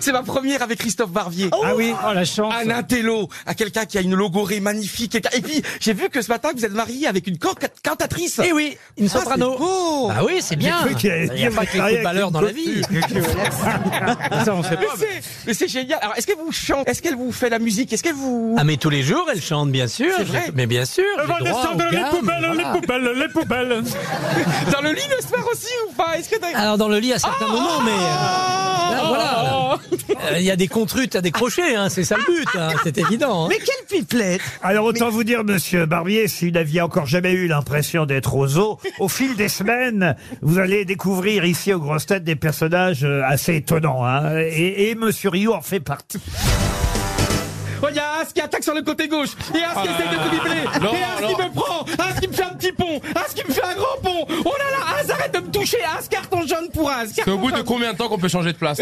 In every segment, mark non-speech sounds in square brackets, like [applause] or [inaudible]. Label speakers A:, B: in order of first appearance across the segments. A: C'est ma première avec Christophe Barvier.
B: Ah oui, oh la chance.
A: Un intello, à quelqu'un qui a une logorée magnifique. quelqu'un- Et puis, j'ai vu que ce matin, vous êtes marié avec une can- cantatrice.
B: Eh oui, une
A: Ah, c'est
B: soprano.
A: beau.
C: Ah oui, c'est bien.
D: cru qu'il allait
C: Il n'y a
D: dire vous
C: pas que les coups
D: travaillez
C: de valeur
D: avec
C: dans
D: une
C: la vie. [laughs]
B: Ça, on sait
A: Mais
B: pas.
A: c'est- mais c'est génial. Alors, est-ce qu'elle vous chante Est-ce qu'elle vous fait la musique Est-ce qu'elle vous...
C: Ah mais tous les jours, elle chante bien sûr.
A: C'est vrai.
C: Mais bien sûr. j'ai droit aux gammes, voilà.
D: poubelles, les poubelles.
A: [laughs] Dans le lit le soir aussi ou pas Est-ce que... t'as- Ah.
C: Alors dans le lit à certains moments, mais euh, là, voilà. Euh, Il y a des contrutes à décrocher, hein, c'est ça le but, hein, c'est évident. hein.
B: Mais quelle pipelette
D: Alors autant vous dire, monsieur Barbier, si vous n'aviez encore jamais eu l'impression d'être au zoo, au fil des semaines, vous allez découvrir ici au Grand Stade des personnages euh, assez étonnants. hein. et, et monsieur Rio en fait partie.
A: Oh, il y a As qui attaque sur le côté gauche, et As qui essaie de dribbler, et As qui me prend, As qui me fait un petit pont, As qui me fait un grand pont. Oh là là, As arrête de me toucher, As carton jaune pour As.
E: C'est
A: carton
E: au bout de
A: jaune.
E: combien de temps qu'on peut changer de place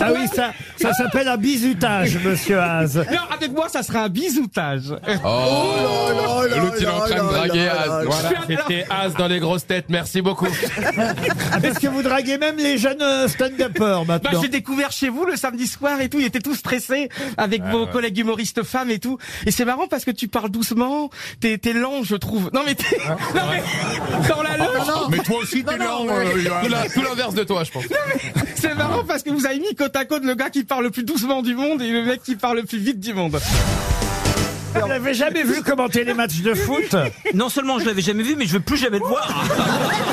D: Ah oui, ça, ça s'appelle un bisutage, monsieur Haas.
A: Non, avec moi, ça sera un bisoutage.
F: Ah,
A: Bah, Oh
E: L'autre, il est en train de draguer As. Voilà,
A: là.
E: c'était As dans les grosses têtes. Merci beaucoup.
D: Ah, parce que vous draguez même les jeunes euh, stand-uppers
A: Bah,
D: maintenant.
A: j'ai découvert chez vous le samedi soir et tout, ils étaient tous stressés avec
F: Ah,
A: vos collègues humoristes femmes et tout. Et c'est marrent parce que tu parles doucement, t'es t'es lent, je trouve. Non mais t'es
F: Ah,
A: [laughs] non, mais dans la loge,
E: Mais toi aussi, t'es lent. euh, tout la- Tout l'inverse de toi, je pense.
A: c'est marrant parce que vous avez mis côte à côte le gars qui parle le plus doucement du monde et le mec qui parle le plus vite du monde.
D: Vous n'avez jamais vu commenter les matchs de foot
B: Non seulement je l'avais jamais vu, mais je veux plus jamais le voir.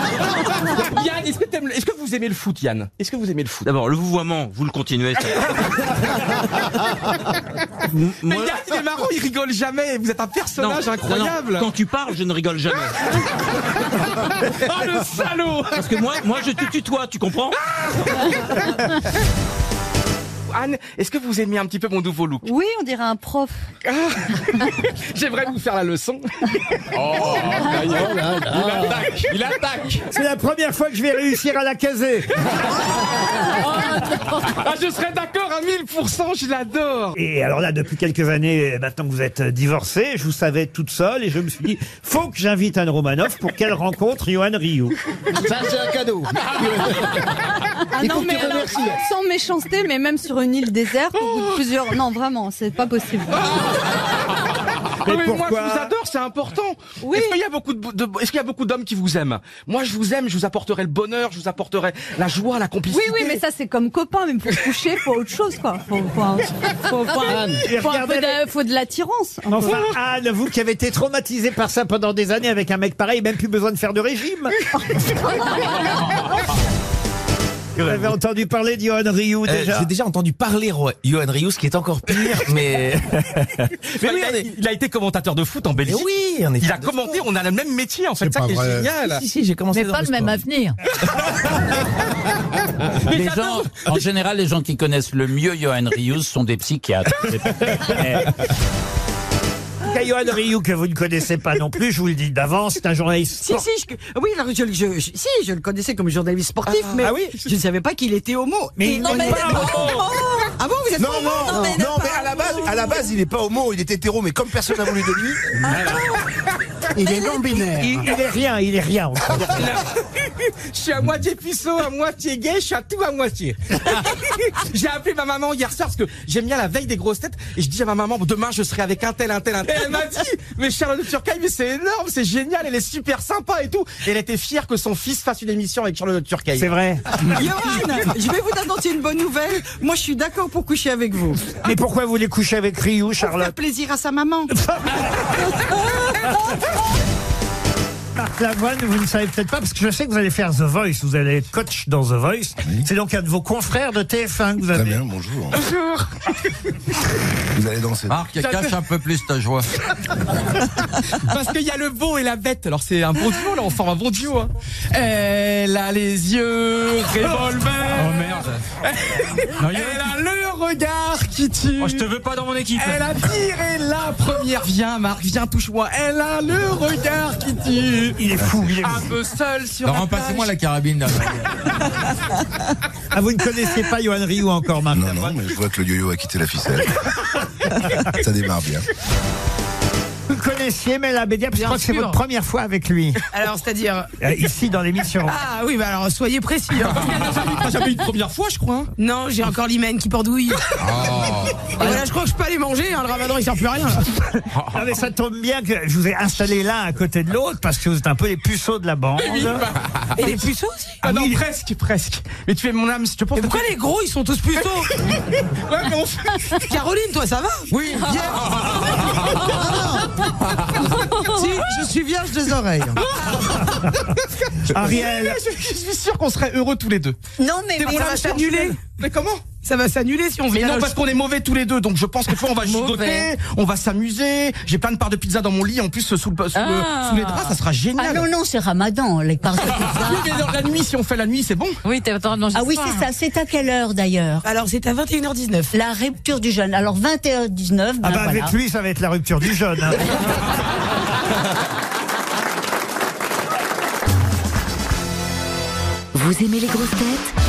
A: [laughs] Yann, est-ce que, t'aimes- est-ce que vous aimez le foot, Yann Est-ce que vous aimez le foot
F: D'abord, le vouvoiement, vous le continuez. ça.
B: Ah,
F: M-
A: Mais
F: moi-
A: Yann, il est marrant, il rigole jamais. Vous êtes un
F: Non,
A: personnage
F: non,
A: incroyable. [laughs]
F: non, Quand tu parles, je ne
B: [laughs]
F: rigole jamais.
A: Oh le salaud
F: Parce que moi, moi, je te tutoie, tu comprends
A: Anne, est-ce que vous aimez un petit peu mon nouveau look
G: Oui, on dirait un prof.
A: J'aimerais vous faire la leçon.
E: Oh, ça y est. il
A: Ah.
E: attaque. Il attaque.
D: C'est la première fois que je vais réussir à la caser.
A: Ah, je serais d'accord à 1000%, je l'adore.
D: Et alors là, depuis quelques années, euh, maintenant que vous êtes divorcée, je vous savais toute seule et je me suis dit, faut que j'invite Anne Romanoff pour qu'elle rencontre Johan Rioux.
H: Ça, c'est un cadeau.
G: Ah non, mais alors, sans méchanceté, mais même sur une île déserte, au
I: Oh
G: bout de plusieurs. Non, vraiment, c'est pas possible.
D: Ah
A: Non, Ah, mais
D: pourquoi
A: moi, je vous adore, c'est important.
G: Oui.
A: Est-ce qu'il y a beaucoup de, de- est-ce qu'il y a beaucoup d'hommes qui vous aiment Moi, je vous aime, je vous apporterai le bonheur, je vous apporterai la joie, la
G: Oui,
A: complicité.
G: oui, mais ça, c'est comme copain, mais pour se coucher, faut autre chose, quoi. Faut, faut, un- faut- faut un-
D: Et
G: faut un
D: regardez
G: peu de, faut de l'attirance.
D: Enfin, Anne, vous qui avez été traumatisée par ça pendant des années avec un mec pareil, même plus besoin de faire de [laughs] régime. Vous avez entendu parler de Johan Rioux
J: Euh,
D: déjà
J: J'ai déjà entendu parler Ro- Johan Rius, qui est encore
C: [laughs]
J: pire, mais.
A: Mais oui, il, a, il a été commentateur de foot en
J: mais
A: Belgique.
J: oui, on est.
A: Il a commenté, on a le même métier en fait, ça qui est génial.
J: Si, si, j'ai commencé. dans sport.
G: avenir.
A: Mais
B: Ah,
K: Les gens,
A: j'adore.
K: en général, les gens qui connaissent le mieux Johan Rius sont des psychiatres.
D: En tout cas, Johan Rioux que vous ne connaissez pas non plus, je vous le dis d'avance, c'est un journaliste.
H: Si, si, je, oui, alors je, je- je- si, je le connaissais comme journaliste sportif, mais
D: ah oui
H: je ne savais pas qu'il était homo.
D: Mais il
H: non,
D: n'est pas
G: Oh
H: Ah bon, vous êtes
I: Non,
H: homo
I: non, non, mais, à la base, à la base, il est pas homo, il est hétéro, mais comme personne n'a voulu de lui,
H: Il est non-binaire.
D: Il, il est rien, il est rien.
A: Je suis à moitié puceau, à moitié gay, je suis à tout à
D: [laughs]
A: moitié. J'ai appelé ma maman hier soir parce que j'aime bien la veille des grosses têtes et je dis à ma maman demain je serai avec un tel, un tel, un tel. Et elle m'a dit mais Charlotte Turcaille mais c'est énorme, c'est génial, elle est super sympa et tout. Et elle était fière que son fils fasse une émission avec Charlotte Turcaille.
D: C'est vrai.
H: Johan, je vais vous annoncer une bonne nouvelle. Moi, je suis d'accord pour coucher avec vous.
D: Mais pourquoi vous voulez coucher avec Rioux,
H: Faire
D: Charlotte
H: plaisir à sa
L: [laughs]
H: maman.
D: Marc Lavoine, vous ne savez peut-être pas, parce que je sais que vous allez faire The Voice, vous allez être coach dans The Voice. C'est donc un de vos confrères de TF1 que vous
I: très
D: avez.
I: bien, bonjour. Bonjour. Vous allez danser.
K: Marc, cache un peu plus ta joie.
A: Parce qu'il y a le veau et la bête. Alors c'est un bon duo là, on forme un bon duo. hein. Elle a les yeux revolver.
C: merde.
A: Oh, Elle a le regard qui tue.
L: Oh,
C: veux pas dans mon équipe.
A: Elle a tiré la première. Viens, Marc, viens, touche-moi. Elle a le regard qui tue.
D: Il est fou, il est
A: Un
D: fou.
A: peu seul sur
K: Laurent,
A: la plage.
K: passez-moi la carabine. là.
D: Ah, vous ne connaissez pas Johan Rioux encore, Marc [laughs]
I: Non, non, mais je vois que le yo-yo a quitté la ficelle. Ça démarre bien.
D: Vous le connaissiez, mais la Bédia, parce que je
L: Bien
D: crois que c'est
L: sûr.
D: votre première fois avec lui.
L: Alors, c'est-à-dire.
D: Euh, Ici, dans l'émission.
L: Ah oui, bah alors soyez précis. hein.
A: J'avais une première fois, je crois. hein.
L: Non, j'ai encore l'hymen qui pendouille. [laughs] Et voilà, je crois que je peux aller manger, hein, le ramadan il sert plus à rien. là.
D: Ah, mais ça tombe bien que je vous ai installé l'un à côté de l'autre parce que vous êtes un peu les puceaux de la bande.
A: Oui, bah.
L: Et les puceaux aussi
A: Ah non, presque, presque. Mais tu es mon âme, je pense.
L: Mais pourquoi les gros ils sont tous plutôt
A: [laughs] Ouais, mais on fait-
L: Caroline, toi ça va Ah,
H: Oui, Si, je suis vierge des oreilles.
D: Ariel.
A: Je je suis sûr qu'on serait heureux tous les deux.
L: Non
A: T'es mon âme,
L: ça va
A: je pense.
L: s'annuler.
A: Mais comment
L: Ça va s'annuler si on
A: mais
L: vient.
A: non, parce qu'on est mauvais tous les deux, donc je pense que fois on va
L: Mauvais.
A: chigoter, on va s'amuser. J'ai plein de parts de pizza dans mon lit, en plus sous, le- sous le- sous les draps, ça sera génial.
M: Ah non, non, c'est ramadan, les parts de pizza.
A: [laughs] Oui, mais dans la nuit, si on fait la nuit, c'est bon.
M: Oui, t'es en train de manger Ah oui, c'est ça. C'est à quelle heure d'ailleurs
L: Alors, c'est à 21h19.
M: La rupture du jeûne. Alors, 21h19. Ben,
D: Ah bah
M: voilà.
D: avec lui, ça va être la rupture du jeûne. hein.
N: Vous aimez les grosses têtes